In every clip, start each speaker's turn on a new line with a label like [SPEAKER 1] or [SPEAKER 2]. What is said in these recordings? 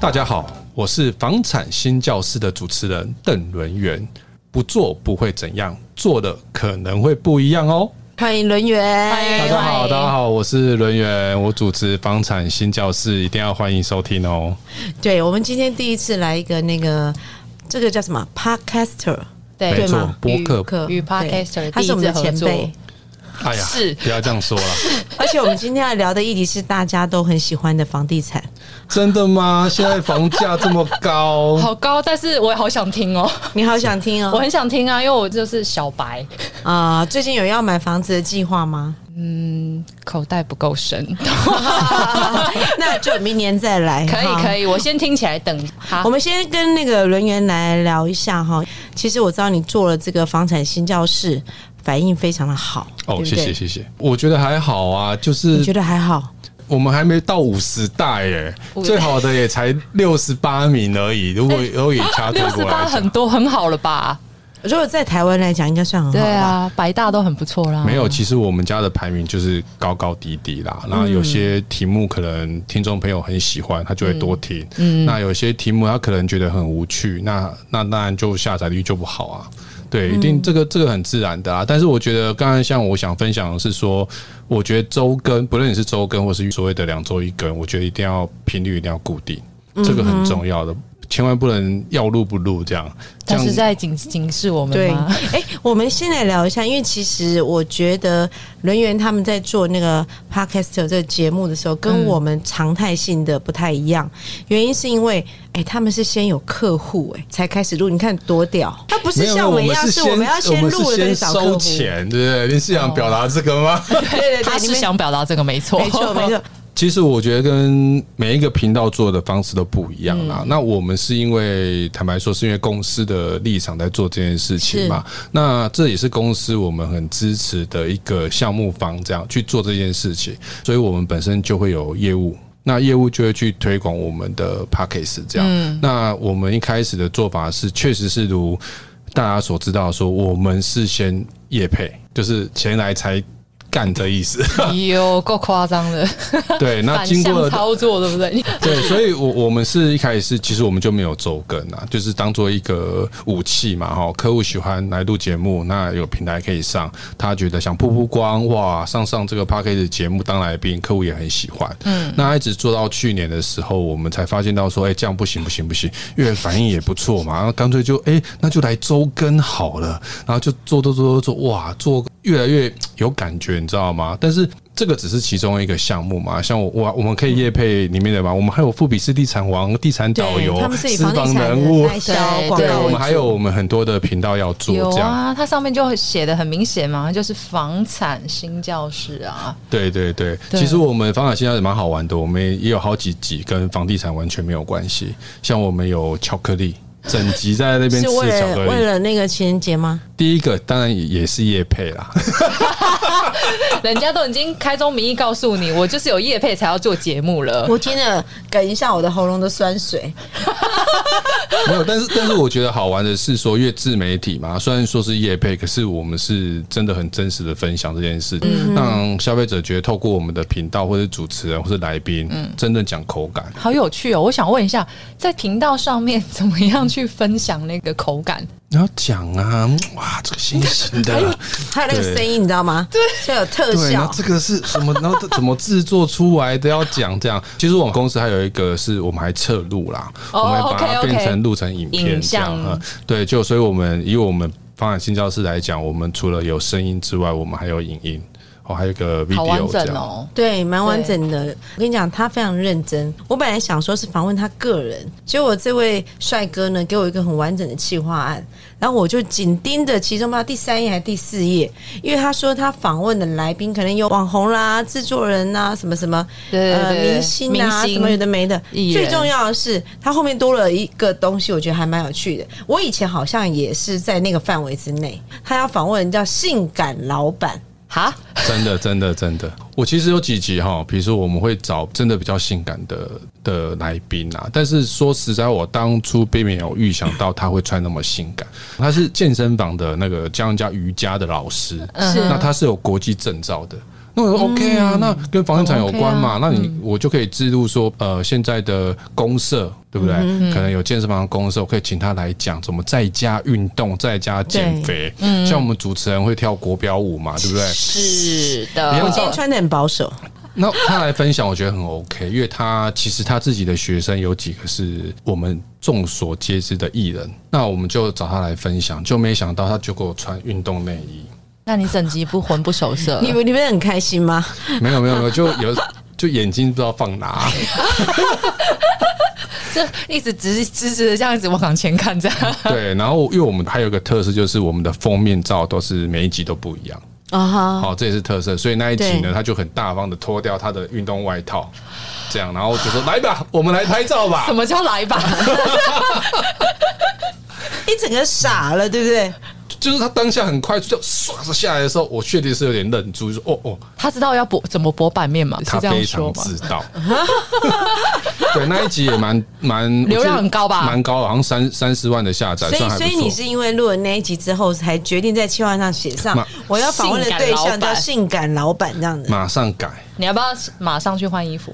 [SPEAKER 1] 大家好，我是房产新教室的主持人邓伦元。不做不会怎样，做了可能会不一样哦。
[SPEAKER 2] 欢迎轮圆，
[SPEAKER 1] 大家好，大家好，我是伦元，我主持房产新教室，一定要欢迎收听哦。
[SPEAKER 2] 对我们今天第一次来一个那个，这个叫什么 podcaster，
[SPEAKER 3] 对
[SPEAKER 1] 没
[SPEAKER 2] 对
[SPEAKER 1] 错
[SPEAKER 2] 吗，？
[SPEAKER 1] 播客，
[SPEAKER 3] 与
[SPEAKER 2] 对
[SPEAKER 3] podcaster
[SPEAKER 2] 他是我们的前
[SPEAKER 3] 第一次合
[SPEAKER 2] 辈，
[SPEAKER 1] 哎呀
[SPEAKER 3] 是，
[SPEAKER 1] 不要这样说了，
[SPEAKER 2] 而且我们今天要聊的议题是大家都很喜欢的房地产。
[SPEAKER 1] 真的吗？现在房价这么高，
[SPEAKER 4] 好高，但是我也好想听哦，
[SPEAKER 2] 你好想听
[SPEAKER 4] 我
[SPEAKER 2] 哦
[SPEAKER 4] 很想听啊，因为我就是小白，
[SPEAKER 2] 啊、最近有要买房子的计划 吗？
[SPEAKER 4] 口袋不够 深，
[SPEAKER 2] 那就明年再来。
[SPEAKER 4] 可以可
[SPEAKER 2] 以。
[SPEAKER 4] 以，我先听起来等他
[SPEAKER 2] 我。们先跟那个轮圆来聊一下哈。其实我知道你做了这个房产新教室，反应非常的好。对
[SPEAKER 1] 哦，
[SPEAKER 2] 不
[SPEAKER 1] 谢
[SPEAKER 2] 对
[SPEAKER 1] 谢谢谢，我觉得还好啊，就
[SPEAKER 2] 你觉
[SPEAKER 1] 是
[SPEAKER 2] 得还好？
[SPEAKER 1] 我们还没到五十大耶，最好的也才六十八名而已，如果如果以掐指
[SPEAKER 4] 六
[SPEAKER 1] 过
[SPEAKER 4] 十
[SPEAKER 1] 来
[SPEAKER 4] 八
[SPEAKER 1] 讲
[SPEAKER 4] 很多，很好了吧？
[SPEAKER 2] 如果在台湾来讲，应该算很好
[SPEAKER 4] 对
[SPEAKER 2] 吧？
[SPEAKER 4] 啊，白大都很不错啦。
[SPEAKER 1] 没有，其实我们家的排名就是高高低低啦。
[SPEAKER 3] 嗯
[SPEAKER 1] 那有些题目可能听众朋友很喜欢，他就会多听。
[SPEAKER 3] 嗯
[SPEAKER 1] 那有些题目他可能觉得很无趣，那那当然就下载率就不好啊。对，
[SPEAKER 3] 嗯
[SPEAKER 1] 一定这个这个很自然的啊。但是我觉得刚才像我想分享的是说，我觉得周更，不论你是周更或是所谓的两周一更，我觉得一定要频率一定要固定，这个
[SPEAKER 3] 嗯
[SPEAKER 1] 很重要的，千万不能要录不录这样。这
[SPEAKER 3] 他
[SPEAKER 1] 样
[SPEAKER 3] 是在警警示我们
[SPEAKER 2] 对
[SPEAKER 3] 吗？，
[SPEAKER 2] 哎、我们先来聊一下，因为其实我觉得人员他们在做那个 podcast 这个节目的时候，跟我们常态性的不太一样。原因是因为，哎、他们是先有客户，哎，才开始录。你看多屌，他不是
[SPEAKER 1] 没有，
[SPEAKER 2] 像
[SPEAKER 1] 我
[SPEAKER 2] 一
[SPEAKER 1] 们
[SPEAKER 2] 样，
[SPEAKER 1] 是
[SPEAKER 2] 是我们要
[SPEAKER 1] 先
[SPEAKER 2] 先录了再
[SPEAKER 1] 先
[SPEAKER 2] 去找客
[SPEAKER 1] 收
[SPEAKER 2] 户。
[SPEAKER 1] 钱，对不对？你是想表达这个吗？
[SPEAKER 2] 对对对，
[SPEAKER 4] 他
[SPEAKER 2] 你
[SPEAKER 4] 是
[SPEAKER 2] 们
[SPEAKER 4] 想表达这个，没错，
[SPEAKER 2] 没 错没错。
[SPEAKER 1] 其实我觉得跟每一个频道做的方式都不一样啦。
[SPEAKER 4] 嗯
[SPEAKER 1] 那我们是因为坦白说，是因为公司的立场在做这件事情嘛。那这也是公司我们很支持的一个项目方，这样去做这件事情，所以我们本身就会有业务。那业务就会去推广我们的 p a c k a g e 这样。
[SPEAKER 4] 嗯
[SPEAKER 1] 那我们一开始的做法是，确实是如大家所知道说我们是先业配，就是钱来才干的 意思。
[SPEAKER 4] 有哎够夸张的，
[SPEAKER 1] 对，那
[SPEAKER 4] 反
[SPEAKER 1] 经过
[SPEAKER 4] 向
[SPEAKER 1] 了
[SPEAKER 4] 操作，对不对？
[SPEAKER 1] 对，所以我，我们是一开始是，其实我们就没有周更啊，就是当做一个武器嘛，哈，客户喜欢来录节目，那有平台可以上，他觉得想曝曝光，哇，上上这个 p a c k a g e 节目当来宾，客户也很喜欢，嗯，那一直做到去年的时候，我们才发现到说，哎、这样不行不行不行，因为反应也不错嘛，然后干脆就，哎、那就来周更好了，然后就做做做做做，哇，做越来越有感觉，你知道吗？但是这个只是其中一个项目嘛，像我我我们可以业配里面的嘛，我们还有富比士地产王、地产 导游
[SPEAKER 2] 对，他们是以
[SPEAKER 1] 私
[SPEAKER 2] 房地
[SPEAKER 1] 房
[SPEAKER 2] 产
[SPEAKER 1] 人
[SPEAKER 2] 的
[SPEAKER 1] 物，
[SPEAKER 2] 代销广
[SPEAKER 4] 对
[SPEAKER 1] 对，
[SPEAKER 2] 告
[SPEAKER 1] 我
[SPEAKER 2] 为
[SPEAKER 1] 们还有
[SPEAKER 2] 主。
[SPEAKER 1] 我们很多的频道要做
[SPEAKER 4] 有
[SPEAKER 1] 这样，
[SPEAKER 4] 啊，它上面就写的很明显嘛，就是房产新教室啊。
[SPEAKER 1] 对对对。
[SPEAKER 4] 对
[SPEAKER 1] 其实我们房产现在也蛮好玩的，我们也有好几集跟房地产完全没有关系，像我们有巧克力。整集在那边吃
[SPEAKER 2] 是为
[SPEAKER 1] 巧
[SPEAKER 2] 了
[SPEAKER 1] 克
[SPEAKER 2] 为
[SPEAKER 1] 力。
[SPEAKER 2] 了那个情人节吗？
[SPEAKER 1] 第一个当然也也是叶配啦，
[SPEAKER 4] 人家都已经开宗明义告诉你，我就是有业配才要做节目了。
[SPEAKER 2] 我听了，哽一下我的喉咙都酸水。
[SPEAKER 1] 没有，但是但是我觉得好玩的是说，因为自媒体嘛，虽然说是业配，可是我们是真的很真实的分享这件事，
[SPEAKER 2] 嗯
[SPEAKER 1] 让消费者觉得透过我们的频道或者主持人或是来宾，
[SPEAKER 2] 嗯
[SPEAKER 1] 真的讲口感。
[SPEAKER 4] 好有趣哦！我想问一下，在频道上面怎么样去分享那个口感？
[SPEAKER 1] 你要讲啊，哇，这个新型的，啊
[SPEAKER 2] 还有那个
[SPEAKER 1] 对
[SPEAKER 2] 声音，你知道吗？对，就有特
[SPEAKER 1] 对，然
[SPEAKER 2] 效
[SPEAKER 1] 后。这个是什么？ 然后这怎么制作出来的？要讲这样。其实我们公司还有一个是我们还测录啦，
[SPEAKER 4] 哦
[SPEAKER 1] 我们把它
[SPEAKER 4] OK，OK
[SPEAKER 1] 变成录成影片
[SPEAKER 4] 影
[SPEAKER 1] 这样
[SPEAKER 4] 像
[SPEAKER 1] 啊。对，就所以我们以我们方案新教室来讲，我们除了有声音之外，我们还有影音。哦，还有一个
[SPEAKER 4] 好完
[SPEAKER 1] video 这
[SPEAKER 4] 整
[SPEAKER 1] 样。
[SPEAKER 4] 哦。
[SPEAKER 2] 对，蛮完整的。我跟你讲，他非常认真。我本来想说是访问他个人，结果这位帅哥呢，给我一个很完整的企划案，然后我就紧盯着其中吧第三页还是第四页，因为他说他访问的来宾可能有网红啦、制作人呐、什么什么，
[SPEAKER 4] 对对对
[SPEAKER 2] 呃，明星啊，
[SPEAKER 4] 明星
[SPEAKER 2] 什么有的没的。
[SPEAKER 4] 艺人
[SPEAKER 2] 最重要的是，他后面多了一个东西，我觉得还蛮有趣的。我以前好像也是在那个范围之内，他要访问人叫性感老板。
[SPEAKER 4] 哈，
[SPEAKER 1] 真的，真的，真的。我其实有几集哈，比如说我们会找真的比较性感的的来宾啊，但是说实在，我当初并没有预想到他会穿那么性感。他是健身房的那个教人家瑜伽的老师，那他是有国际证照的。那我说 OK 啊，那跟房地产有关嘛？那你我就可以记录说，呃，现在的公社对不对？可能有健身房的公社，我可以请他来讲怎么在家运动、在家减肥。像我们主持人会跳国标舞嘛，对不对？
[SPEAKER 4] 是
[SPEAKER 1] 你
[SPEAKER 2] 我
[SPEAKER 1] 要
[SPEAKER 2] 今
[SPEAKER 1] 照
[SPEAKER 2] 天穿的很保守，，
[SPEAKER 1] 那他来分享，我觉得很 OK，因为他其实他自己的学生有几个是我们众所皆知的艺人，那我们就找他来分享，就没想到他就给我穿运动内衣，
[SPEAKER 4] 那你整集不魂不守舍
[SPEAKER 2] 你们你们很开心吗？
[SPEAKER 1] 没有没有没有，就有就眼睛不知道放 哪，
[SPEAKER 4] 这一直直直直的这样子往前看，这 样
[SPEAKER 1] 对，然后因为我们还有一个特色就是我们的封面照都是每一集都不一样，
[SPEAKER 4] 哦
[SPEAKER 2] 啊哈，
[SPEAKER 1] 好、这也是特色，所以那一集呢
[SPEAKER 2] 对
[SPEAKER 1] 他就很大方的脱掉他的运动外套，这样，然后就说来吧，我们来拍照吧
[SPEAKER 4] 什，么叫来 吧？
[SPEAKER 2] 一整个傻了，对不对？
[SPEAKER 1] 就是他当下很快就唰下来的时候，我确定是有点愣住，就说哦哦。
[SPEAKER 4] 他知道要博怎么博版面嘛？
[SPEAKER 1] 他
[SPEAKER 4] 是这样
[SPEAKER 1] 非
[SPEAKER 4] 说
[SPEAKER 1] 常
[SPEAKER 4] 吗？
[SPEAKER 1] 知道。 对，那一集也蛮蛮
[SPEAKER 4] 流量很高吧
[SPEAKER 1] 我记得蛮高的，好像三三十万的下载，
[SPEAKER 2] 所以
[SPEAKER 1] 算还
[SPEAKER 2] 所以
[SPEAKER 1] 不
[SPEAKER 2] 你
[SPEAKER 1] 错。
[SPEAKER 2] 是因为录了那一集之后，才决定在计划上写上
[SPEAKER 1] 嘛
[SPEAKER 2] 我要访问的对
[SPEAKER 4] 性感
[SPEAKER 2] 象
[SPEAKER 4] 老板
[SPEAKER 2] 叫性感老板这 样子，
[SPEAKER 1] 马上改，
[SPEAKER 4] 你要不要马上去换衣服？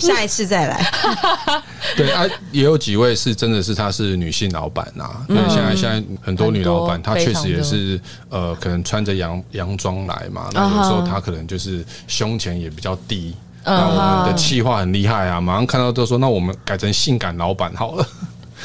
[SPEAKER 2] 下一次再来。
[SPEAKER 1] 对啊，也有几位是真的是她是女性老板啊，对，现在现在很多女老板，
[SPEAKER 4] 嗯很多
[SPEAKER 1] 她确实也
[SPEAKER 4] 非常多
[SPEAKER 1] 是呃，可能穿着洋洋装来嘛，那有时
[SPEAKER 4] 啊
[SPEAKER 1] 候她可能就是胸前也比较低。那我们的气话很厉害啊，马上看到就说，那我们改成性感老板好了。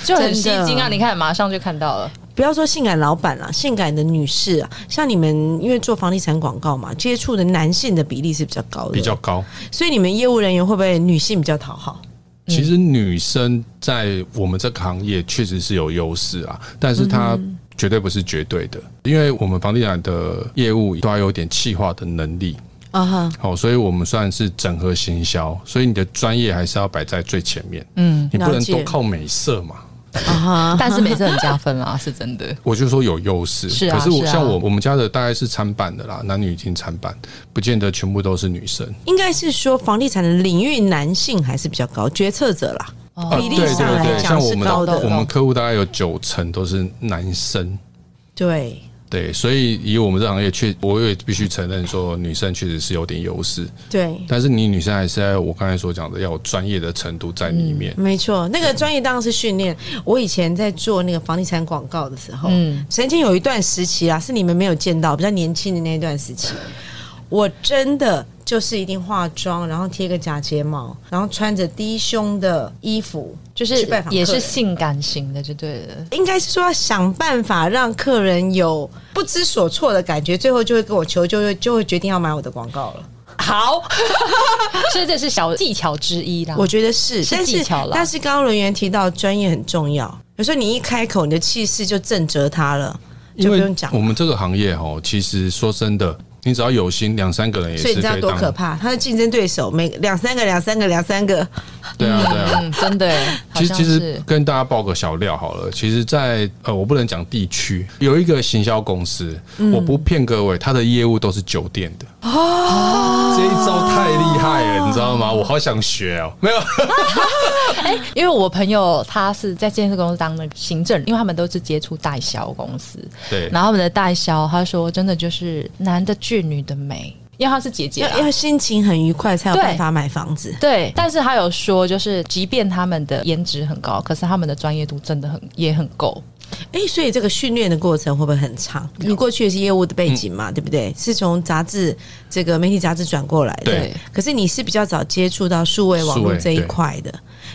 [SPEAKER 4] 就很吸睛
[SPEAKER 2] 真
[SPEAKER 4] 啊！
[SPEAKER 2] 的
[SPEAKER 4] 你看，马上就看到了，
[SPEAKER 2] 不要说性感老板啦，性感的女士啊，像你们因为做房地产广告嘛，接触的男性的比例是比较高的，
[SPEAKER 1] 比较，高。
[SPEAKER 2] 所以你们业务人员会不会女性比较讨好？
[SPEAKER 1] 其实
[SPEAKER 2] 嗯
[SPEAKER 1] 女生在我们这个行业确实是有优势啊，但是她
[SPEAKER 2] 嗯
[SPEAKER 1] 绝对不是绝对的，因为我们房地产的业务都要有点气化的能力。
[SPEAKER 2] 啊哈，
[SPEAKER 1] 好，所以我们算是整合行销，所以你的专业还是要摆在最前面。嗯，你不
[SPEAKER 2] 了
[SPEAKER 1] 能
[SPEAKER 2] 解
[SPEAKER 1] 都靠美色嘛。
[SPEAKER 2] 啊哈，
[SPEAKER 4] 但是每次很加分啊，是真的。
[SPEAKER 1] 我就说有优势，
[SPEAKER 4] 是啊
[SPEAKER 1] 可是我
[SPEAKER 4] 是啊
[SPEAKER 1] 像我我们家的大概是参半的啦，男女已经参半，不见得全部都是女生。
[SPEAKER 2] 应该是说房地产的领域男性还是比较高，决策者啦，
[SPEAKER 1] 啊
[SPEAKER 2] 比例
[SPEAKER 1] 对
[SPEAKER 2] 上
[SPEAKER 1] 对
[SPEAKER 2] 来
[SPEAKER 1] 对，
[SPEAKER 2] 讲
[SPEAKER 1] 像我
[SPEAKER 2] 哦是
[SPEAKER 1] 们
[SPEAKER 2] 高的，哦
[SPEAKER 1] 我们客户大概有九成都是男生。
[SPEAKER 2] 对。
[SPEAKER 1] 对，所以以我们这行业确，我也必须承认说，女生确实是有点优势，
[SPEAKER 2] 对，
[SPEAKER 1] 但是你女生还是要我刚才所讲的，要有专业的程度在里面。
[SPEAKER 2] 没错，那个专业当然是训练。我以前在做那个房地产广告的时候，
[SPEAKER 4] 嗯
[SPEAKER 2] 曾经有一段时期啊，是你们没有见到，比较年轻的那一段时期，我真的就是一定化妆，然后贴个假睫毛，然后穿着低胸的衣服，
[SPEAKER 4] 就是
[SPEAKER 2] 去拜访客人
[SPEAKER 4] 也是性感型的，就对了。
[SPEAKER 2] 应该是说要想办法让客人有不知所措的感觉，最后就会跟我求救，就会就会决定要买我的广告了。
[SPEAKER 4] 好， 所以这是小技巧之一啦。
[SPEAKER 2] 我觉得是，
[SPEAKER 4] 嗯是
[SPEAKER 2] 但
[SPEAKER 4] 技
[SPEAKER 2] 是
[SPEAKER 4] 巧啦
[SPEAKER 2] 但是刚刚人员提到专业很重要，有时候你一开口，你的气势就震折他了，就
[SPEAKER 1] 因
[SPEAKER 2] 不
[SPEAKER 1] 为
[SPEAKER 2] 用讲
[SPEAKER 1] 我
[SPEAKER 2] 了。
[SPEAKER 1] 们这个行业哦，其实说真的，你只要有心，两三个人也
[SPEAKER 2] 所以
[SPEAKER 1] 是
[SPEAKER 2] 你知道
[SPEAKER 1] 可以
[SPEAKER 2] 多
[SPEAKER 1] 当。
[SPEAKER 2] 可怕？他的竞争对手每两三个、两三个、两三个，
[SPEAKER 1] 对啊，对啊。
[SPEAKER 4] 嗯，真的 耶，好
[SPEAKER 1] 其实
[SPEAKER 4] 像
[SPEAKER 1] 其
[SPEAKER 4] 是
[SPEAKER 1] 实跟大家爆个小料好了，其实在，呃，我不能讲地区，有一个行销公司，
[SPEAKER 2] 嗯
[SPEAKER 1] 我不骗各位，他的业务都是酒店的。哦，这一招太厉害了，你知道吗？我好想学哦。没有，
[SPEAKER 4] 因为我朋友他是在建设公司当的行政人，因为他们都是接触代销公司，
[SPEAKER 1] 对，
[SPEAKER 4] 然后他们的代销他说真的就是男的俊，女的美，因为她是姐姐
[SPEAKER 2] 要
[SPEAKER 4] 啦。
[SPEAKER 2] 要心情很愉快才有
[SPEAKER 4] 对
[SPEAKER 2] 办法买房子。
[SPEAKER 4] 啊对，但是他有说，就是即便他们的颜值很高，可是他们的专业度真的很也很够。
[SPEAKER 2] 哎、所以这个训练的过程会不会很长？你过去也是业务的背景
[SPEAKER 4] 嗯
[SPEAKER 2] 嘛，对不对？是从杂志这个媒体杂志转过来的，
[SPEAKER 1] 对
[SPEAKER 2] 可是你是比较早接触到数位网
[SPEAKER 1] 数
[SPEAKER 2] 络
[SPEAKER 1] 位
[SPEAKER 2] 这一
[SPEAKER 1] 对
[SPEAKER 2] 块的，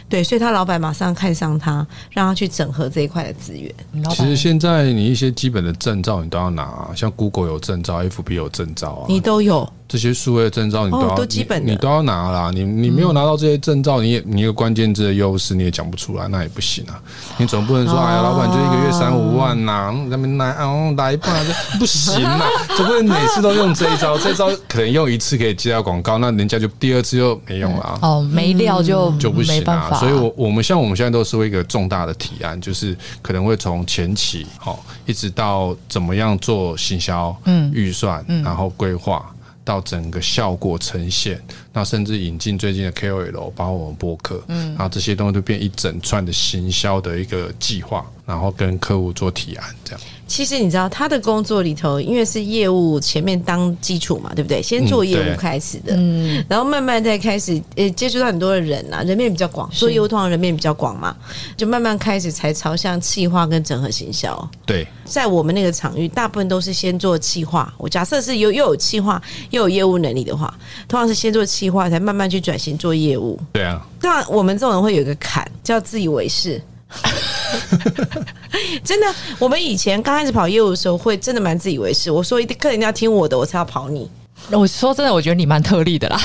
[SPEAKER 2] 对，所以他老板马上看上他，让他去整合这一块的资源。
[SPEAKER 4] 嗯老
[SPEAKER 1] 其实
[SPEAKER 4] 板
[SPEAKER 1] 现在你一些基本的证照你都要拿啊、像 Google 有证照，FB 有证照啊，
[SPEAKER 2] 你都有
[SPEAKER 1] 这些数位证照你都要、
[SPEAKER 2] 哦都基本的嗯
[SPEAKER 1] 你，你都要拿啦。你你没有拿到这些证照，你也你一个关键字的优势你也讲不出来，那也不行啊。你总不能
[SPEAKER 2] 哦
[SPEAKER 1] 说，哎呀，老板就一个月三五万呐、啊，那边来啊来吧，这不行啊， 总不能每次都用这一招，这招可能用一次可以接到广告，那人家就第二次又没用了、啊。
[SPEAKER 4] 哦，没料就
[SPEAKER 1] 就不
[SPEAKER 4] 嗯没
[SPEAKER 1] 行
[SPEAKER 4] 办
[SPEAKER 1] 啊。
[SPEAKER 4] 法，
[SPEAKER 1] 所以我，我们像我们现在都是会一个重大的提案，就是可能会从前期哦，一直到怎么样做行销、
[SPEAKER 4] 嗯
[SPEAKER 1] 预算，然后规划。到整个效果呈现，那甚至引进最近的 KOL，包括我们播客，嗯，然后这些东西都变一整串的行销的一个计划，然后跟客户做提案，这样
[SPEAKER 2] 其实你知道他的工作里头，因为是业务前面当基础嘛，对不对？先做业
[SPEAKER 1] 嗯对
[SPEAKER 2] 务开始的，然后慢慢再开始呃接触到很多的人啊，人面比较广，做业务通常人面比较广嘛，就慢慢开始才朝向企划跟整合行销。
[SPEAKER 1] 对。
[SPEAKER 2] 在我们那个场域，大部分都是先做企划。我假设是有又有企划又有业务能力的话，通常是先做企划，才慢慢去转型做业务。
[SPEAKER 1] 对啊，
[SPEAKER 2] 那我们这种人会有一个坎，叫自以为是。 真的，我们以前刚开始跑业务的时候，会真的蛮自以为是。我说一定客人要听我的，我才要跑你。
[SPEAKER 4] 我说真的，我觉得你蛮特例的啦。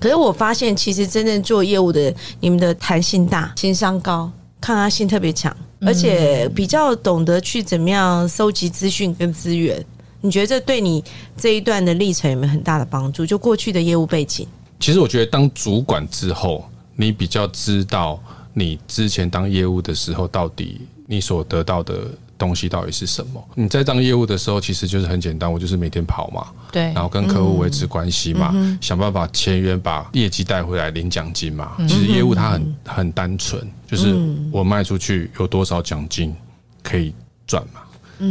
[SPEAKER 2] 可是我发现，其实真正做业务的，你们的弹性大，情商高，抗压性特别强，而且比较懂得去怎么样搜集资讯跟资源。你觉得这对你这一段的历程有没有很大的帮助？就过去的业务背景，
[SPEAKER 1] 其实我觉得当主管之后，你比较知道你之前当业务的时候，到底你所得到的东西到底是什么。你在当业务的时候，其实就是很简单，我就是每天跑嘛，
[SPEAKER 4] 对
[SPEAKER 1] 然后跟客户维持关系嘛，想办法签约把业绩带回来领奖金嘛。其实业务它很很单纯，就是我卖出去有多少奖金可以赚嘛。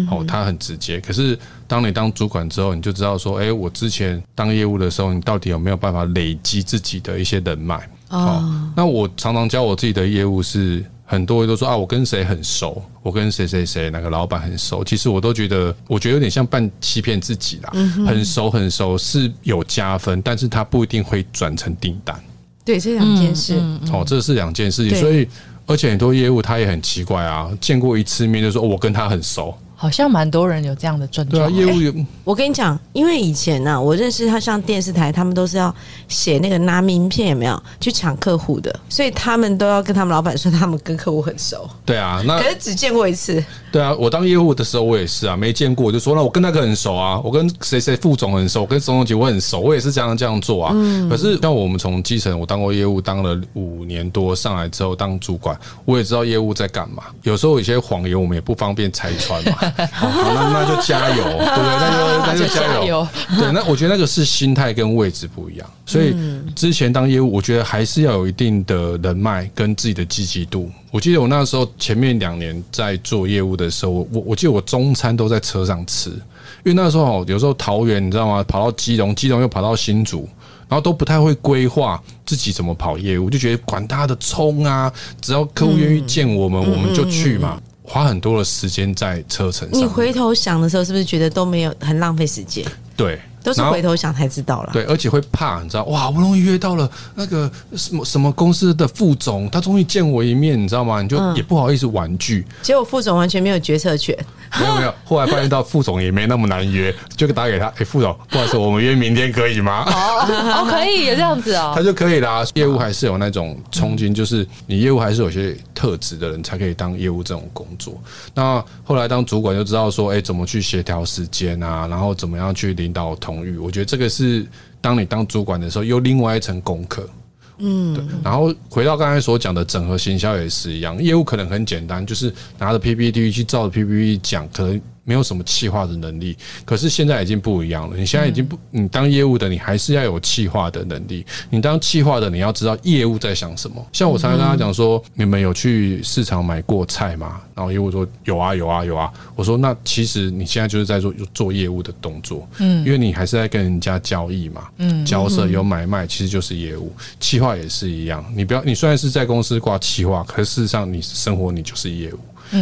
[SPEAKER 1] 哦，它很直接。可是当你当主管之后，你就知道说，哎、我之前当业务的时候，你到底有没有办法累积自己的一些人脉？哦，那我常常教我自己的业务是。很多人都说啊，我跟谁很熟，我跟谁谁谁哪个老板很熟。其实我都觉得，我觉得有点像半欺骗自己啦。
[SPEAKER 2] 嗯
[SPEAKER 1] 很熟很熟是有加分，但是它不一定会转成订单。
[SPEAKER 2] 对这两件事，
[SPEAKER 1] 哦，这是两件事情。
[SPEAKER 2] 嗯对
[SPEAKER 1] 所以，而且很多业务他也很奇怪啊，见过一次面就说、哦我跟他很熟。
[SPEAKER 4] 好像蛮多人有这样的症
[SPEAKER 1] 对啊，
[SPEAKER 4] 状。
[SPEAKER 1] 业务有。
[SPEAKER 2] 我跟你讲，因为以前呢、啊，我认识他像电视台，他们都是要写那个拿名片，有没有去抢客户的，所以他们都要跟他们老板说他们跟客户很 熟，
[SPEAKER 1] 对啊，那
[SPEAKER 2] 可是只见过一次。
[SPEAKER 1] 对啊，我当业务的时候，我也是啊，没见过我就说，那我跟那个很熟啊，我跟谁谁副总很熟，我跟总总姐我很熟，我也是这样这样做啊。可是像我们从基层，我当过业务，当了五年多，上来之后当主管，我也知道业务在干嘛。有时候有些谎言我们也不方便拆穿 嘛，好好那那就加油，对不对？那就那就 加油。对，那我觉得那个是心态跟位置不一样，所以
[SPEAKER 2] 嗯
[SPEAKER 1] 之前当业务，我觉得还是要有一定的人脉跟自己的积极度。我记得我那时候前面两年在做业务的时候，我我我记得我中餐都在车上吃，因为那时候哦有时候桃园你知道吗？跑到基隆，基隆又跑到新竹。然后都不太会规划自己怎么跑业务，就觉得管他的冲啊，只要客户愿意
[SPEAKER 2] 嗯
[SPEAKER 1] 见我们，我们就去嘛，花很多的时间在车程上面。
[SPEAKER 2] 你回头想的时候，是不是觉得都没有很浪费时间？
[SPEAKER 1] 对，
[SPEAKER 2] 都是
[SPEAKER 1] 然后
[SPEAKER 2] 回头想才知道啦。
[SPEAKER 1] 对，而且会怕，你知道，哇，我终于约到了那个什么什么公司的副总，他终于见我一面，你知道吗？你就也不好意思婉拒，
[SPEAKER 2] 结果副总完全没有决策权，
[SPEAKER 1] 没有没有。后来发现到副总也没那么难约，就打给他，哎、副总，不好意思，我们约明天可以吗？
[SPEAKER 4] 哦，可以有这样子哦
[SPEAKER 1] 他。就可以啦。业务还是有那种冲劲，就是你业务还是有些特质的人才可以当业务这种工作。那后来当主管就知道说，哎、怎么去协调时间啊，然后怎么样去领导同域。我觉得这个是当你当主管的时候，又另外一层功课。嗯，对。然后回到刚才所讲的整合行销也是一样，业务可能很简单，就是拿着 PPT 去照着 PPT 讲，可能没有什么企划的能力。可是现在已经不一样了，你现在已经不，你当业务的你还是要有企划的能力，你当企划的你要知道业务在想什么。像我常常跟他讲说，你们有去市场买过菜吗？然后业务说有啊有啊有啊。我说那其实你现在就是在做做业务的动作，嗯，因为你还是在跟人家交易嘛，嗯，交涉有买卖，其实就是业务。企划也是一样，你不要你虽然是在公司挂企划，可是事实上你生活你就是业务。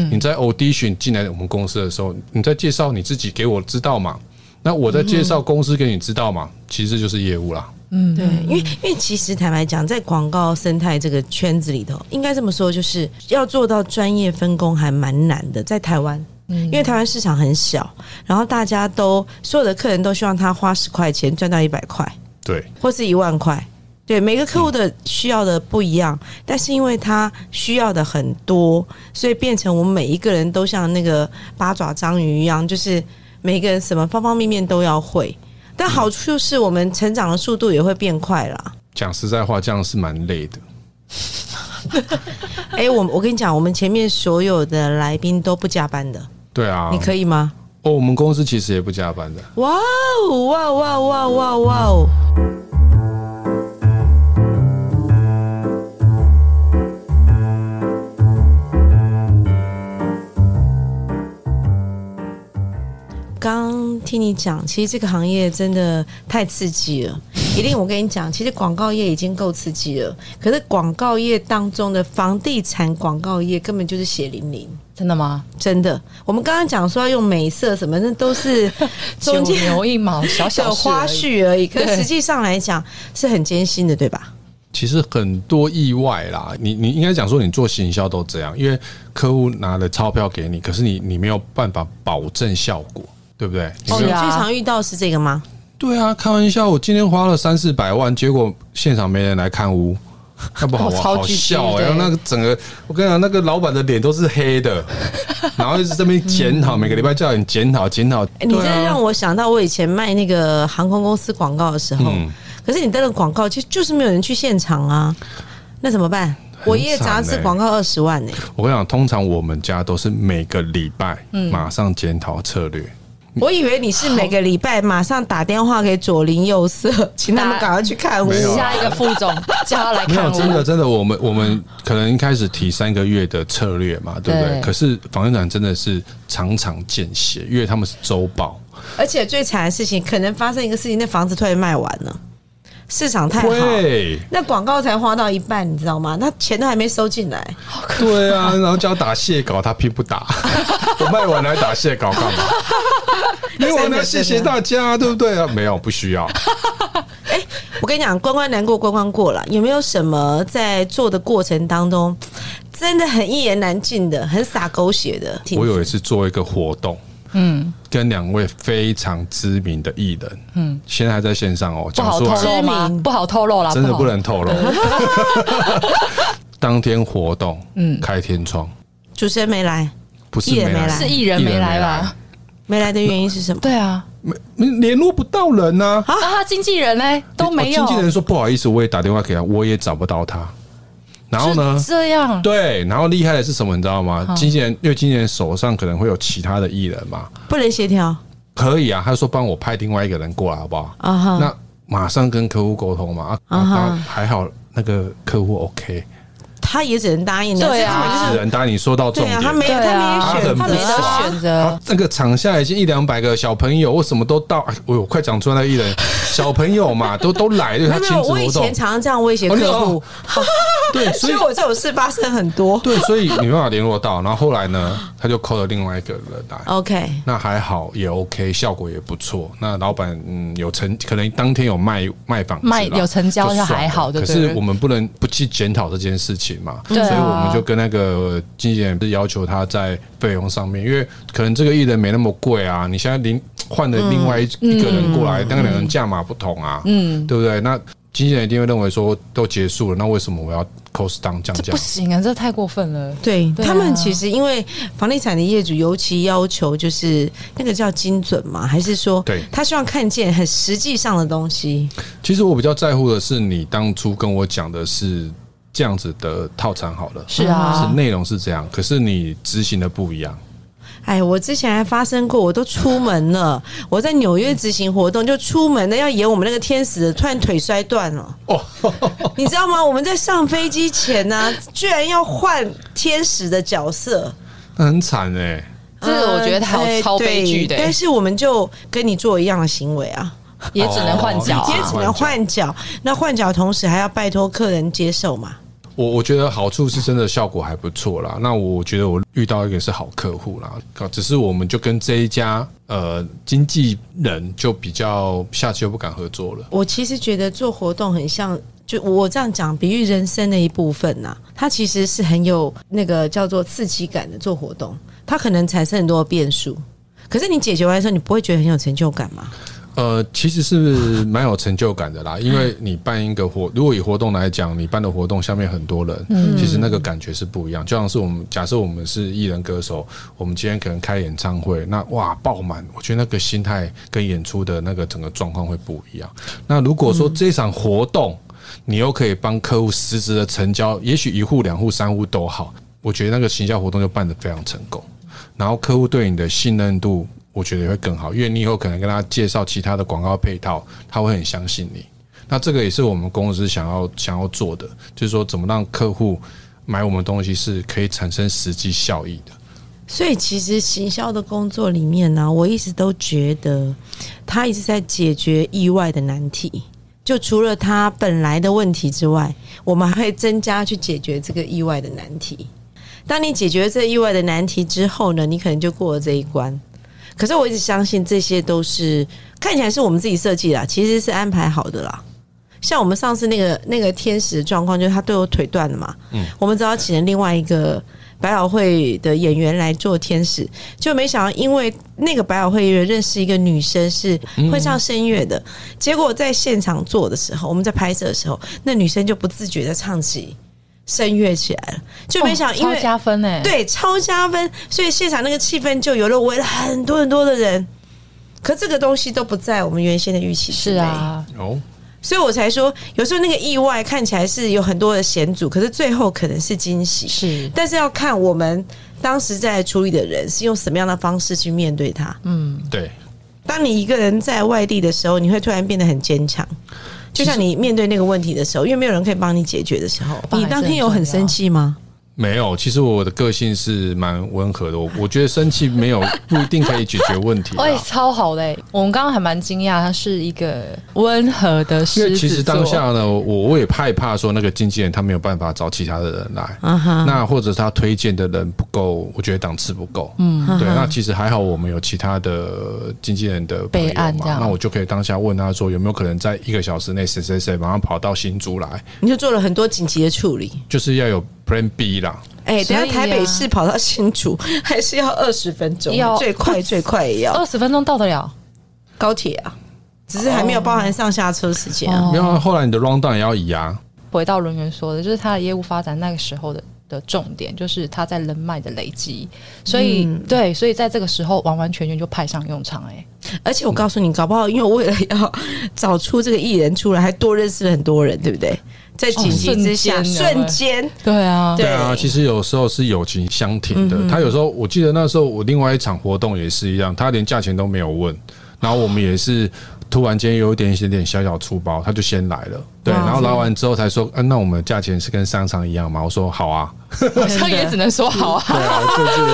[SPEAKER 1] 你在 audition 进来我们公司的时候，你在介绍你自己给我知道嘛？那我在介绍公司给你知道嘛？其实就是业务啦。
[SPEAKER 2] 对，因为因为其实坦白讲，在广告生态这个圈子里头，应该这么说，就是要做到专业分工还蛮难的，在台湾。因为台湾市场很小，然后大家都所有的客人都希望他花十块钱赚到一百块
[SPEAKER 1] 对，
[SPEAKER 2] 或是一万块。对每个客户的需要的不一样，但是因为他需要的很多，所以变成我们每一个人都像那个八爪章鱼一样，就是每个人什么方方面面都要会。但好处就是我们成长的速度也会变快啦。
[SPEAKER 1] 讲实在话，这样是蛮累的。
[SPEAKER 2] 哎、我我跟你讲，我们前面所有的来宾都不加班的，
[SPEAKER 1] 对啊，
[SPEAKER 2] 你可以吗？
[SPEAKER 1] 哦，我们公司其实也不加班的。
[SPEAKER 2] 哇哦，哇哦哇哦哇哦哇哦哇哦！刚听你讲，其实这个行业真的太刺激了。一定，我跟你讲，其实广告业已经够刺激了，可是广告业当中的房地产广告业根本就是血淋淋。
[SPEAKER 4] 真的吗？
[SPEAKER 2] 真的，我们刚刚讲说要用美色什么，那都是中
[SPEAKER 4] 九
[SPEAKER 2] 间
[SPEAKER 4] 牛一毛，小小
[SPEAKER 2] 的
[SPEAKER 4] 事而
[SPEAKER 2] 哦花
[SPEAKER 4] 已。
[SPEAKER 2] 絮而已。可
[SPEAKER 4] 对
[SPEAKER 2] 实际上来讲是很艰辛的，对吧？
[SPEAKER 1] 其实很多意外啦，你你应该讲说你做行销都这样，因为客户拿了钞票给你，可是你你没有办法保证效果，对不对？你
[SPEAKER 2] 哦，
[SPEAKER 1] 没
[SPEAKER 2] 你
[SPEAKER 1] 有
[SPEAKER 2] 最
[SPEAKER 4] 是啊
[SPEAKER 2] 常遇到是这个吗？
[SPEAKER 1] 对啊，开玩笑，我今天花了三四百万，结果现场没人来看屋，那不好
[SPEAKER 4] 哦
[SPEAKER 1] 玩，
[SPEAKER 4] 超
[SPEAKER 1] 好
[SPEAKER 4] 巨
[SPEAKER 1] 笑哎、
[SPEAKER 4] 对
[SPEAKER 1] 然后那个整个，我跟你讲，那个老板的脸都是黑的，然后一直这边检讨，每个礼拜叫你检讨检讨，
[SPEAKER 2] 哎你
[SPEAKER 1] 对
[SPEAKER 2] 真的
[SPEAKER 1] 啊，
[SPEAKER 2] 让我想到我以前卖那个航空公司广告的时候，
[SPEAKER 1] 嗯
[SPEAKER 2] 可是你登了广告，就就是没有人去现场啊，那怎么办？我一页杂志
[SPEAKER 1] 欸
[SPEAKER 2] 广告二十万呢、
[SPEAKER 1] 我跟你讲，通常我们家都是每个礼拜马上检讨策略。
[SPEAKER 2] 我以为你是每个礼拜马上打电话给左邻右舍，请他们赶快去看我。
[SPEAKER 1] 没有啊
[SPEAKER 4] 下一个副 总叫他来
[SPEAKER 1] 没有，
[SPEAKER 4] 看
[SPEAKER 1] 真的
[SPEAKER 4] 我，
[SPEAKER 1] 真的，我们我们可能一开始提三个月的策略嘛，对不对？
[SPEAKER 4] 对
[SPEAKER 1] 可是房地产真的是常常见血，因为他们是周报，
[SPEAKER 2] 而且最惨的事情，可能发生一个事情，那房子突然卖完了，市场太好，
[SPEAKER 1] 会，
[SPEAKER 2] 那广告才花到一半，你知道吗？那钱都还没收进来，
[SPEAKER 1] 对啊，然后叫打蟹稿，他拼不打， 我卖完来打蟹稿干嘛？因为我呢，谢谢大家，对不对啊？没有，不需要。
[SPEAKER 2] 我跟你讲，关关难过关关过了。有没有什么在做的过程当中，真的很一言难尽的，很洒狗血的？
[SPEAKER 1] 我有一次做一个活动，嗯，跟两位非常知名的艺人，嗯，现在还在线上哦，
[SPEAKER 4] 不
[SPEAKER 1] 讲
[SPEAKER 4] 好
[SPEAKER 1] 出
[SPEAKER 4] 透
[SPEAKER 1] 来
[SPEAKER 4] 露
[SPEAKER 2] 知
[SPEAKER 4] 吗
[SPEAKER 2] 名？
[SPEAKER 4] 不好透露啦，
[SPEAKER 1] 真的
[SPEAKER 4] 好
[SPEAKER 1] 不能透露。 当天活动，嗯，开天窗，
[SPEAKER 2] 主持人没来，
[SPEAKER 1] 不是
[SPEAKER 2] 艺人没
[SPEAKER 1] 来，
[SPEAKER 2] 来
[SPEAKER 4] 是艺人没来吧？？
[SPEAKER 2] 没来的原因是什么？
[SPEAKER 4] 对啊，
[SPEAKER 1] 没没联络不到人呐、
[SPEAKER 4] 啊，他经纪人呢都没有，
[SPEAKER 1] 哦我经纪人说不好意思，我也打电话给他，我也找不到他。然后呢
[SPEAKER 4] 是？这样
[SPEAKER 1] 对，然后厉害的是什么？你知道吗？经纪人，因为经纪人手上可能会有其他的艺人嘛，
[SPEAKER 2] 不能协调
[SPEAKER 1] 可以啊。他说帮我派另外一个人过来，好不好？
[SPEAKER 2] 啊哈！
[SPEAKER 1] 那马上跟客户沟通嘛。啊，
[SPEAKER 2] 啊哈
[SPEAKER 1] 啊还好那个客户 OK，
[SPEAKER 2] 他也只能答应了，
[SPEAKER 4] 对啊
[SPEAKER 2] 这根本就是
[SPEAKER 1] 是人答你说到重
[SPEAKER 2] 对啊，
[SPEAKER 1] 点，
[SPEAKER 2] 他没有，
[SPEAKER 4] 对啊他
[SPEAKER 2] 他没有选择啊，
[SPEAKER 1] 他很不爽
[SPEAKER 4] 没得选择
[SPEAKER 1] 啊，那个场下已经一两百个小朋友，我什么都到，哎我我快讲出来那艺人小朋 友嘛，都都来，对
[SPEAKER 2] 没
[SPEAKER 1] 他
[SPEAKER 2] 有没
[SPEAKER 1] 亲
[SPEAKER 2] 有，
[SPEAKER 1] 子
[SPEAKER 2] 我以
[SPEAKER 1] 活动
[SPEAKER 2] 前，常常这样威胁
[SPEAKER 1] 哦你有
[SPEAKER 2] 客户，
[SPEAKER 1] 对，
[SPEAKER 2] 所
[SPEAKER 1] 所以
[SPEAKER 2] 以我这种事发生很多。
[SPEAKER 1] 对，所以没办法联络到。然后后来呢，他就扣了另外一个人来，
[SPEAKER 2] OK，
[SPEAKER 1] 那还好也 OK，效果也不错。那老板嗯有成，可能当天有卖卖房子啦
[SPEAKER 4] 卖有成交
[SPEAKER 1] 就算
[SPEAKER 4] 就还好
[SPEAKER 1] 了
[SPEAKER 4] 就
[SPEAKER 1] 可
[SPEAKER 4] 对了
[SPEAKER 1] 是我们不能不去检讨这件事情嘛，
[SPEAKER 4] 对啊
[SPEAKER 1] 所以我们就跟那个经纪人不是要求他在费用上面，因为可能这个艺人没那么贵啊，你现在另换了另外一一个人过
[SPEAKER 4] 嗯
[SPEAKER 1] 来，那个两个人价码不同啊，嗯，对不对？那经纪人一定会认为说都结束了，那为什么我要 cost down 降价
[SPEAKER 4] 不？行啊，这太过分了。
[SPEAKER 2] 对
[SPEAKER 4] 对啊
[SPEAKER 2] 他们其实因为房地产的业主尤其要求就是那个叫精准嘛，还是说
[SPEAKER 1] 对
[SPEAKER 2] 他希望看见很实际上的东西？
[SPEAKER 1] 其实我比较在乎的是你当初跟我讲的是这样子的套餐好了。
[SPEAKER 4] 是
[SPEAKER 1] 是
[SPEAKER 4] 啊，
[SPEAKER 1] 内容是这样，可是你执行的不一样。
[SPEAKER 2] 哎，我之前还发生过，我都出门了，我在纽约执行活动就出门了，要演我们那个天使的，突然腿摔断了。
[SPEAKER 1] 哦，
[SPEAKER 2] 你知道吗？我们在上飞机前呢、 居然要换天使的角色，
[SPEAKER 1] 那很惨哎、
[SPEAKER 4] 这个我觉得
[SPEAKER 2] 嗯
[SPEAKER 4] 他
[SPEAKER 2] 哎
[SPEAKER 4] 超悲剧的欸
[SPEAKER 2] 对，但是我们就跟你做一样的行为啊。
[SPEAKER 4] 也只能换角
[SPEAKER 1] 哦
[SPEAKER 2] 也
[SPEAKER 4] 啊。
[SPEAKER 2] 只能换角，那换角同时还要拜托客人接受嘛。
[SPEAKER 1] 我我觉得好处是真的效果还不错啦。那我觉得我遇到一个是好客户啦，只是我们就跟这一家呃经纪人就比较下次就不敢合作了。
[SPEAKER 2] 我其实觉得做活动很像。就我这样讲，比喻人生的一部分呐、啊它其实是很有那个叫做刺激感的做活动，它可能产生很多的变数。可是你解决完的时候，你不会觉得很有成就感吗？
[SPEAKER 1] 呃，其实是蛮有成就感的啦，因为你办一个活，如果以活动来讲，你办的活动下面很多人，其实那个感觉是不一样。就像是我们假设我们是艺人歌手，我们今天可能开演唱会，那哇爆满，我觉得那个心态跟演出的那个整个状况会不一样。那如果说这场活动，你又可以帮客户实质的成交，也许一户、两户、三户都好，我觉得那个行销活动就办得非常成功。然后客户对你的信任度，我觉得也会更好，因为你以后可能跟他介绍其他的广告配套，他会很相信你。那这个也是我们公司想要想要做的，就是说怎么让客户买我们东西是可以产生实际效益的。
[SPEAKER 2] 所以其实行销的工作里面呢、我一直都觉得他一直在解决意外的难题。就除了他本来的问题之外，我们还会增加去解决这个意外的难题。当你解决这意外的难题之后呢，你可能就过了这一关。可是我一直相信这些都是看起来是我们自己设计啦，其实是安排好的啦。像我们上次那个那个天使的状况，就是他对我腿断了嘛，嗯，我们只好请了另外一个百老汇的演员来做天使，就没想到因为那个百老汇演员认识一个女生是会唱声乐的，结果在现场做的时候，我们在拍摄的时候，那女生就不自觉的唱起声乐起来了，就没想哦到因
[SPEAKER 4] 超
[SPEAKER 2] 为、
[SPEAKER 4] 加分哎、，
[SPEAKER 2] 对，超加分，所以现场那个气氛就有了围了很多很多的人。可这个东西都不在我们原先的预期之
[SPEAKER 4] 是
[SPEAKER 2] 内，
[SPEAKER 4] 啊，
[SPEAKER 1] 哦，
[SPEAKER 2] 所以我才说，有时候那个意外看起来是有很多的险阻，可是最后可能是惊喜。
[SPEAKER 4] 是
[SPEAKER 2] 但是要看我们当时在处理的人是用什么样的方式去面对它。
[SPEAKER 1] 对，
[SPEAKER 2] 当你一个人在外地的时候，你会突然变得很坚强。就像你面对那个问题的时候，因为没有人可以帮你解决的时候，
[SPEAKER 4] 帮
[SPEAKER 2] 你
[SPEAKER 4] 还是
[SPEAKER 2] 当天有
[SPEAKER 4] 很
[SPEAKER 2] 很
[SPEAKER 4] 重要
[SPEAKER 2] 生气吗？
[SPEAKER 1] 没有。其实我的个性是蛮温和的，我我觉得生气没有 不一定可以解决问题啦。啊
[SPEAKER 4] 喂，哎超好嘞、我们刚刚还蛮惊讶，他是一个温和的
[SPEAKER 1] 因
[SPEAKER 4] 狮
[SPEAKER 1] 为
[SPEAKER 4] 子
[SPEAKER 1] 其实当
[SPEAKER 4] 座
[SPEAKER 1] 下呢，我我也害怕说那个经纪人他没有办法找其他的人来，
[SPEAKER 2] 啊
[SPEAKER 4] 嗯
[SPEAKER 2] 哈，
[SPEAKER 1] 那或者是他推荐的人不够，我觉得档次不够。嗯，对。那其实还好，我们有其他的经纪人的朋友
[SPEAKER 4] 备案
[SPEAKER 1] 嘛
[SPEAKER 4] 这，样
[SPEAKER 1] 那我就可以当下问他说有没有可能在一个小时内谁谁谁马上跑到新竹来，
[SPEAKER 2] 你就做了很多紧急的处理。
[SPEAKER 1] 就是要有 Plan B 啦。
[SPEAKER 2] 哎、等
[SPEAKER 4] 所
[SPEAKER 2] 一
[SPEAKER 4] 以
[SPEAKER 2] 下台北
[SPEAKER 4] 啊
[SPEAKER 2] 市跑到新竹还是要二十分钟，
[SPEAKER 4] 要
[SPEAKER 2] 最快最快也要
[SPEAKER 4] 二十分钟到得了，
[SPEAKER 2] 高铁啊，只是还没有包含上下车时间啊。
[SPEAKER 4] 哦
[SPEAKER 1] 没有啊，后来你的 round down 也要移啊。
[SPEAKER 4] 回到轮源说的，就是他的业务发展那个时候的的重点，就是他在人脉的累积，所以、
[SPEAKER 2] 嗯
[SPEAKER 4] 对，所以在这个时候完完全全就派上用场哎、
[SPEAKER 2] 而且我告诉你，搞不好因为我为了要找出这个艺人出来，还多认识了很多人，对不对？在紧急之下，
[SPEAKER 4] 哦
[SPEAKER 2] 瞬
[SPEAKER 4] 瞬
[SPEAKER 2] 间
[SPEAKER 4] 对啊，
[SPEAKER 2] 对
[SPEAKER 1] 对嗯啊，其实有时候是友情相挺的。他有时候，我记得那时候我另外一场活动也是一样，他连价钱都没有问，然后我们也是突然间有一点一点点小小粗包，他就先来了。对，然后来完之后才说，嗯、那我们的价钱是跟商场一样吗？我说好啊，
[SPEAKER 4] 好像也只能说好啊，
[SPEAKER 1] 对啊，就是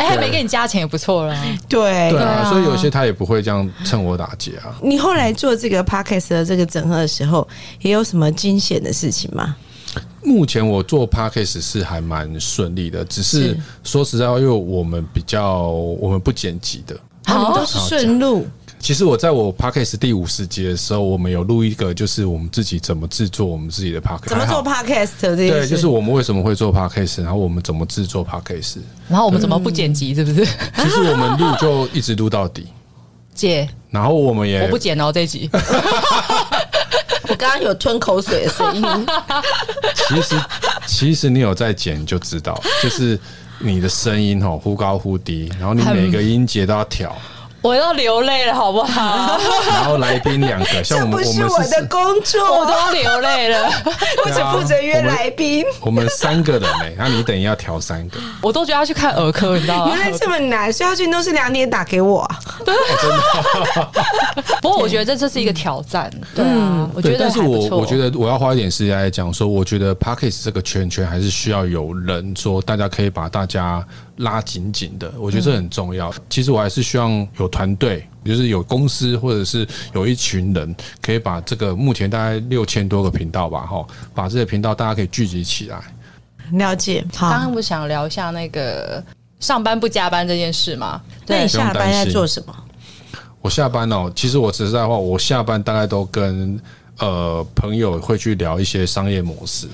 [SPEAKER 4] 哎、还没给你加钱也不错了，
[SPEAKER 2] 对
[SPEAKER 1] 对啊，所以有些他也不会这样趁火打劫啊。
[SPEAKER 2] 你后来做这个 podcast 的这个整合的时候，也有什么惊险的事情吗？
[SPEAKER 1] 目前我做 podcast 是还蛮顺利的，只是
[SPEAKER 2] 是
[SPEAKER 1] 说实在话，因为我们比较我们不剪辑的，
[SPEAKER 2] 他们都是顺路，
[SPEAKER 1] 其实我在我 podcast 第五十集的时候，我们有录一个，就是我们自己怎么制作我们自己的 podcast，
[SPEAKER 2] 怎么做
[SPEAKER 1] 还好
[SPEAKER 2] podcast 这件
[SPEAKER 1] 对，
[SPEAKER 2] 事
[SPEAKER 1] 就是我们为什么会做 podcast，然后我们怎么制作 podcast。
[SPEAKER 4] 然后我们怎么不剪辑是不 是？
[SPEAKER 1] 其实我们录就一直录到底，
[SPEAKER 4] 姐，
[SPEAKER 1] 然后我们
[SPEAKER 4] 我
[SPEAKER 1] 也
[SPEAKER 4] 不剪 哦这一集，
[SPEAKER 2] 我刚刚有吞口水的声音，
[SPEAKER 1] 其实其实你有在剪就知道，就是你的声音哦忽高忽低，然后你每个音节都要 调，
[SPEAKER 4] 我要流泪了好不好？
[SPEAKER 1] 然后来宾两个，
[SPEAKER 2] 这
[SPEAKER 1] 像我
[SPEAKER 2] 不
[SPEAKER 1] 们我
[SPEAKER 2] 是
[SPEAKER 1] 们
[SPEAKER 2] 我
[SPEAKER 1] 是啊
[SPEAKER 2] 的工作，
[SPEAKER 4] 我都要流泪了，
[SPEAKER 2] 我只负责约来宾，
[SPEAKER 1] 我们三个人哎、那你等于要调三个，
[SPEAKER 4] 我都觉得要去看儿科，你知道吗
[SPEAKER 2] 原？来这么难，所以他最近都是两点打给我啊。
[SPEAKER 4] 不过我觉得这这是一个挑战，对啊，我觉得
[SPEAKER 1] 对，但是
[SPEAKER 4] 还不
[SPEAKER 1] 我
[SPEAKER 4] 错，
[SPEAKER 1] 我觉得我要花一点时间来讲说，我觉得 p a c k a g e 这个圈圈还是需要有人说，大家可以把大家拉紧紧的，我
[SPEAKER 4] 嗯
[SPEAKER 1] 觉得这很重要。其实我还是希望有团队，就是有公司或者是有一群人，可以把这个目前大概六千多个频道吧，哈，把这些频道大家可以聚集起来。
[SPEAKER 2] 了解，
[SPEAKER 1] 啊
[SPEAKER 4] 刚
[SPEAKER 2] 好
[SPEAKER 4] 刚。不是想聊一下那个上班不加班这件事吗？
[SPEAKER 2] 那你
[SPEAKER 4] 对，
[SPEAKER 2] 下班在做什么？
[SPEAKER 1] 我下班哦，其实我实在话，我下班大概都跟呃朋友会去聊一些商业模式。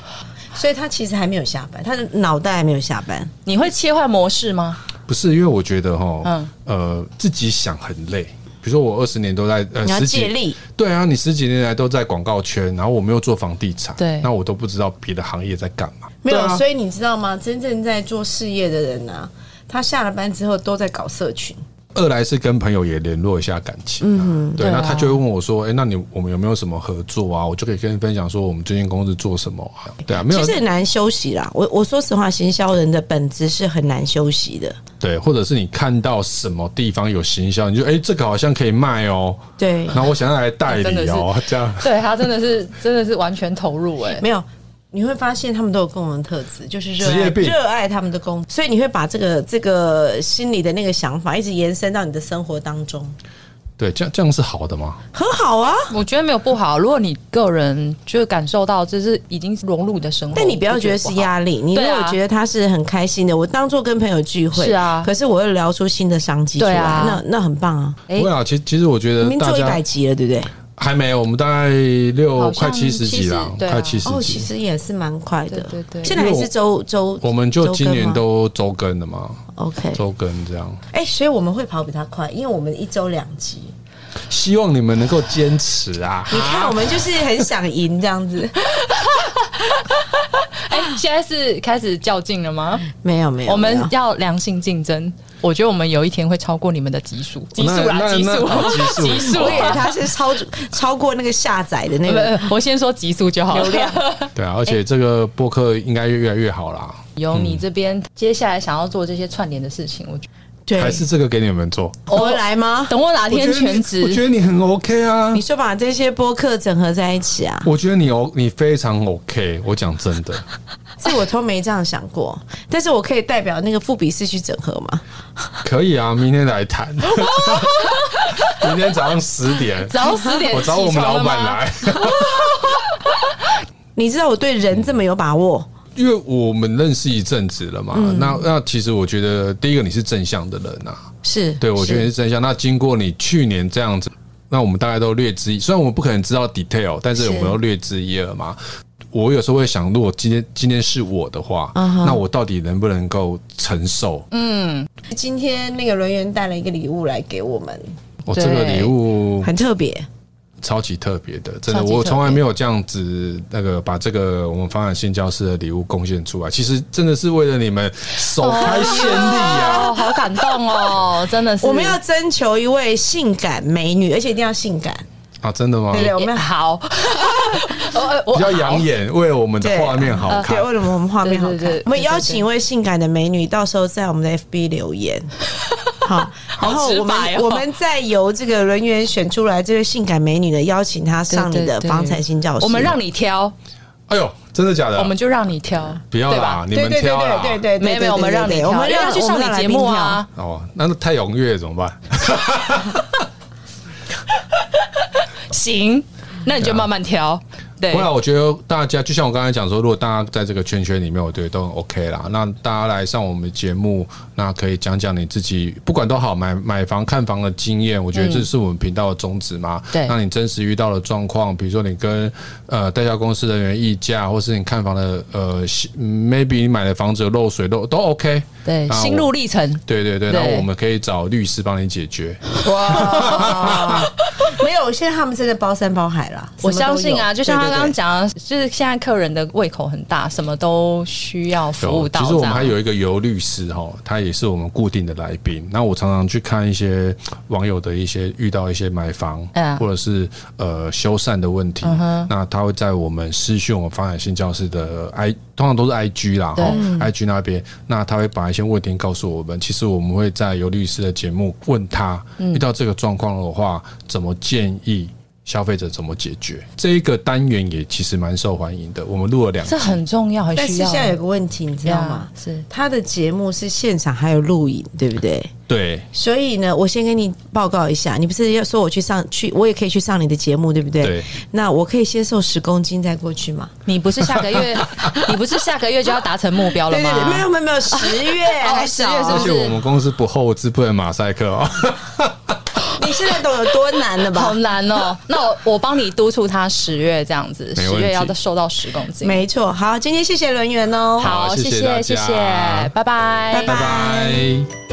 [SPEAKER 2] 所以他其实还没有下班，他的脑袋还没有下班。
[SPEAKER 4] 你会切换模式吗？
[SPEAKER 1] 不是因为我觉得哈，
[SPEAKER 4] 嗯
[SPEAKER 1] 呃，自己想很累。比如说我二十年都在呃
[SPEAKER 2] 你要
[SPEAKER 1] 十几
[SPEAKER 2] 借力，
[SPEAKER 1] 对啊，你十几年来都在广告圈，然后我没有做房地产，
[SPEAKER 4] 对
[SPEAKER 1] 那我都不知道别的行业在干嘛。
[SPEAKER 2] 没有，
[SPEAKER 1] 对啊
[SPEAKER 2] 所以你知道吗？真正在做事业的人啊，他下了班之后都在搞社群。
[SPEAKER 1] 二来是跟朋友也联络一下感情、啊，对，
[SPEAKER 4] 对啊
[SPEAKER 1] 那他就会问我说，哎、那你我们有没有什么合作啊？我就可以跟你分享说我们最近公司做什么啊？对啊，没有
[SPEAKER 2] 其实很难休息啦。我我说实话，行销人的本质是很难休息的。
[SPEAKER 1] 对，或者是你看到什么地方有行销，你就哎、这个好像可以卖哦，
[SPEAKER 2] 对，
[SPEAKER 1] 然后我想要来代
[SPEAKER 4] 真的
[SPEAKER 1] 理
[SPEAKER 4] 是
[SPEAKER 1] 哦，这样。
[SPEAKER 4] 对他真的是 真的是完全投入哎、
[SPEAKER 2] 没有，你会发现他们都有共同的特质，就是热
[SPEAKER 1] 职
[SPEAKER 2] 爱
[SPEAKER 1] 业病
[SPEAKER 2] 热爱他们的工作，所以你会把这个这个心里的那个想法一直延伸到你的生活当中，
[SPEAKER 1] 对，这样这样是好的吗？
[SPEAKER 2] 很好啊。
[SPEAKER 1] 哦
[SPEAKER 4] 我觉得没有不好。如果你个人就是感受到这是已经融入你的生活，
[SPEAKER 2] 但你不要觉得是
[SPEAKER 4] 好
[SPEAKER 2] 压力，你如
[SPEAKER 4] 对
[SPEAKER 2] 果
[SPEAKER 4] 啊
[SPEAKER 2] 觉得他是很开心的，我当做跟朋友聚会
[SPEAKER 4] 是啊
[SPEAKER 2] 可是我又聊出新的商机出来，
[SPEAKER 4] 对啊
[SPEAKER 2] 那那很棒啊！
[SPEAKER 4] 哎
[SPEAKER 1] 不会啊，其实其实我觉
[SPEAKER 2] 你
[SPEAKER 1] 得
[SPEAKER 2] 们
[SPEAKER 1] 大
[SPEAKER 2] 做一
[SPEAKER 1] 家
[SPEAKER 2] 百集了，对不对？
[SPEAKER 1] 还没有，我们大概六
[SPEAKER 4] 好像
[SPEAKER 1] 快七十集啦
[SPEAKER 4] 70，对啊
[SPEAKER 1] 快七十
[SPEAKER 2] 哦，其
[SPEAKER 1] 集。
[SPEAKER 2] 实也是蛮快的。
[SPEAKER 4] 对对对
[SPEAKER 2] 现在还是周周，
[SPEAKER 1] 我们就今年
[SPEAKER 2] 周
[SPEAKER 1] 都周更了嘛，
[SPEAKER 2] 更吗 OK。
[SPEAKER 1] 周更这样，
[SPEAKER 2] 哎、所以我们会跑比他快，因为我们一周两集。
[SPEAKER 1] 希望你们能够坚持啊！
[SPEAKER 2] 你看，我们就是很想赢这样子。
[SPEAKER 4] 哎、现在是开始较劲了吗？
[SPEAKER 2] 没有没有，
[SPEAKER 4] 我
[SPEAKER 2] 没
[SPEAKER 4] 们
[SPEAKER 2] 有
[SPEAKER 4] 要良性竞争。我觉得我们有一天会超过你们的级数，级数啦，
[SPEAKER 1] 那
[SPEAKER 4] 级
[SPEAKER 1] 那那
[SPEAKER 4] 数，
[SPEAKER 1] 哦级数
[SPEAKER 2] 我以为他是超 超过那个下载的那个。
[SPEAKER 4] 不不我先说级数就好
[SPEAKER 2] 流量
[SPEAKER 4] 了。
[SPEAKER 1] 对啊，而且这个播客应该越来越好啦，
[SPEAKER 4] 由你这边接下来想要做这些串联的事情，我觉得
[SPEAKER 2] 对，
[SPEAKER 1] 还是这个给你们做。
[SPEAKER 2] 我来吗？
[SPEAKER 4] 等我哪
[SPEAKER 1] 我觉
[SPEAKER 4] 天
[SPEAKER 1] 得你
[SPEAKER 4] 全
[SPEAKER 1] 我觉
[SPEAKER 4] 职，
[SPEAKER 1] 得你很 OK 啊
[SPEAKER 2] 你，说把这些播客整合在一起啊？
[SPEAKER 1] 我觉得你哦，你非常 OK，我讲真的，
[SPEAKER 2] 这我都没这样想过，但是我可以代表那个富比士去整合吗？
[SPEAKER 1] 可以啊，明天来谈，明天早上十点，
[SPEAKER 4] 只要十点
[SPEAKER 1] 我找我们老板来。
[SPEAKER 2] 你知道我对人这么有把握，
[SPEAKER 1] 因为我们认识一阵子了嘛，
[SPEAKER 4] 嗯
[SPEAKER 1] 那那其实我觉得第一个你是正向的人啊，
[SPEAKER 2] 是
[SPEAKER 1] 对我觉得你
[SPEAKER 2] 是
[SPEAKER 1] 是正向。那经过你去年这样子，那我们大概都略知一，虽然我们不可能知道 detail，但是
[SPEAKER 2] 是
[SPEAKER 1] 我们都略知一二嘛。我有时候会想，如果今天今天是我的话
[SPEAKER 4] 嗯
[SPEAKER 1] 那我到底能不能够承受？
[SPEAKER 2] 今天那个轮圆带了一个礼物来给我们，
[SPEAKER 1] 我、这个礼物
[SPEAKER 2] 很特别。
[SPEAKER 1] 超级特别的，真
[SPEAKER 4] 超级
[SPEAKER 1] 的，
[SPEAKER 4] 特别
[SPEAKER 1] 我从来没有这样子那个把这个我们发展新教室的礼物贡献出来。其实真的是为了你们首开先例啊！
[SPEAKER 4] 哦，好感动哦，真的是
[SPEAKER 2] 我们要征求一位性感美女，而且一定要性感，
[SPEAKER 1] 啊，真的吗？
[SPEAKER 2] 对不对？我们要
[SPEAKER 4] 好，我我
[SPEAKER 1] 比较养眼，为了我们的画面好
[SPEAKER 2] 呃
[SPEAKER 4] 呃
[SPEAKER 2] 对，
[SPEAKER 1] 看。
[SPEAKER 2] 为什么我们画面好看？
[SPEAKER 4] 对对对
[SPEAKER 2] 我们邀请一位性感的美女，到时候在我们的 FB 留 言。好，然后我
[SPEAKER 4] 直
[SPEAKER 2] 们、
[SPEAKER 4] 白哦
[SPEAKER 2] 我们再由这个人员选出来这位性感美女呢，邀请她上
[SPEAKER 4] 对
[SPEAKER 2] 你
[SPEAKER 4] 对
[SPEAKER 2] 的
[SPEAKER 4] 对
[SPEAKER 2] 房产新教室。
[SPEAKER 4] 我们让你挑，
[SPEAKER 1] 哎呦，真的假的？
[SPEAKER 4] 我们就让你挑，
[SPEAKER 1] 不要
[SPEAKER 4] 对吧
[SPEAKER 1] 啦，？你们挑啊啦。
[SPEAKER 2] 对对对对对对对对对，
[SPEAKER 4] 没有没有，我们让你挑，
[SPEAKER 2] 我们
[SPEAKER 4] 因为他
[SPEAKER 2] 让
[SPEAKER 4] 去上你节目， 啊，
[SPEAKER 1] 哦，那太踊跃怎么办？
[SPEAKER 4] 行，那你就慢慢挑，对
[SPEAKER 1] 不。然我觉得大家就像我刚才讲说，如果大家在这个圈圈里面，我觉得都很 OK 啦。那大家来上我们的节目，那可以讲讲你自己，不管都好买买房看房的经验，我觉得这是我们频道的宗旨嘛。
[SPEAKER 4] 对
[SPEAKER 1] 那你真实遇到的状况，比如说你跟呃代销公司人员议价，或是你看房的呃嗯，maybe 你买的房子有漏水漏都 OK。
[SPEAKER 4] 对，
[SPEAKER 1] 啊
[SPEAKER 4] 心
[SPEAKER 1] 我
[SPEAKER 4] 路历程，
[SPEAKER 1] 对对对，
[SPEAKER 4] 对
[SPEAKER 1] 然后我们可以找律师帮你解决。
[SPEAKER 2] 哇，没有，现在他们真的包山包海了，
[SPEAKER 4] 我相信啊，
[SPEAKER 2] 什
[SPEAKER 4] 就
[SPEAKER 2] 么
[SPEAKER 4] 像
[SPEAKER 2] 都有
[SPEAKER 4] 他刚刚
[SPEAKER 2] 对对对
[SPEAKER 4] 讲的，就是现在客人的胃口很大，什么都需要服务
[SPEAKER 1] 有，
[SPEAKER 4] 到。
[SPEAKER 1] 哦其实我们还
[SPEAKER 4] 这样
[SPEAKER 1] 有一个尤律师哈，他也是我们固定的来宾。那我常常去看一些网友的一些遇到一些买房、
[SPEAKER 4] 嗯
[SPEAKER 1] 或者是呃修缮的问题，那他会在我们私讯我们发展性教室的 I，通常都是 IG 啦
[SPEAKER 4] 对嗯
[SPEAKER 1] 哈，IG 那边，那他会把一些问题告诉我们。其实我们会在尤律师的节目问他，
[SPEAKER 4] 嗯
[SPEAKER 1] 遇到这个状况的话，怎么建议。消费者怎么解决这一个单元也其实蛮受欢迎的，我们录了两集
[SPEAKER 4] 这很重要，很
[SPEAKER 2] 但是
[SPEAKER 4] 需要。
[SPEAKER 2] 现在有个问题，你知道吗？
[SPEAKER 4] 呀是
[SPEAKER 2] 他的节目是现场还有录影，对不对？
[SPEAKER 1] 对，
[SPEAKER 2] 所以呢，我先跟你报告一下，你不是要说我去上去，我也可以去上你的节目，对不对？
[SPEAKER 1] 对。
[SPEAKER 2] 那我可以先瘦十公斤再过去吗？
[SPEAKER 4] 你不是下个月，你不是下个月就要达成目标了吗？
[SPEAKER 2] 没有没有没有，十月
[SPEAKER 4] 哦
[SPEAKER 2] 还
[SPEAKER 4] 十
[SPEAKER 2] 少
[SPEAKER 4] 月是不
[SPEAKER 1] 而
[SPEAKER 4] 是
[SPEAKER 1] 且我们公司不后置，不能马赛克哦。
[SPEAKER 2] 你现在懂有多难了
[SPEAKER 4] 好
[SPEAKER 2] 吧？
[SPEAKER 4] 难哦。那我我帮你督促他十月这样子，
[SPEAKER 1] 没问
[SPEAKER 4] 十
[SPEAKER 1] 题
[SPEAKER 4] 月要瘦到十公斤。
[SPEAKER 2] 没错，好，今天谢谢轮圆哦，
[SPEAKER 1] 好
[SPEAKER 4] 好，
[SPEAKER 1] 谢谢
[SPEAKER 4] 谢
[SPEAKER 1] 大
[SPEAKER 4] 谢谢
[SPEAKER 1] 家
[SPEAKER 4] 谢，拜拜，
[SPEAKER 2] 拜拜
[SPEAKER 1] 拜拜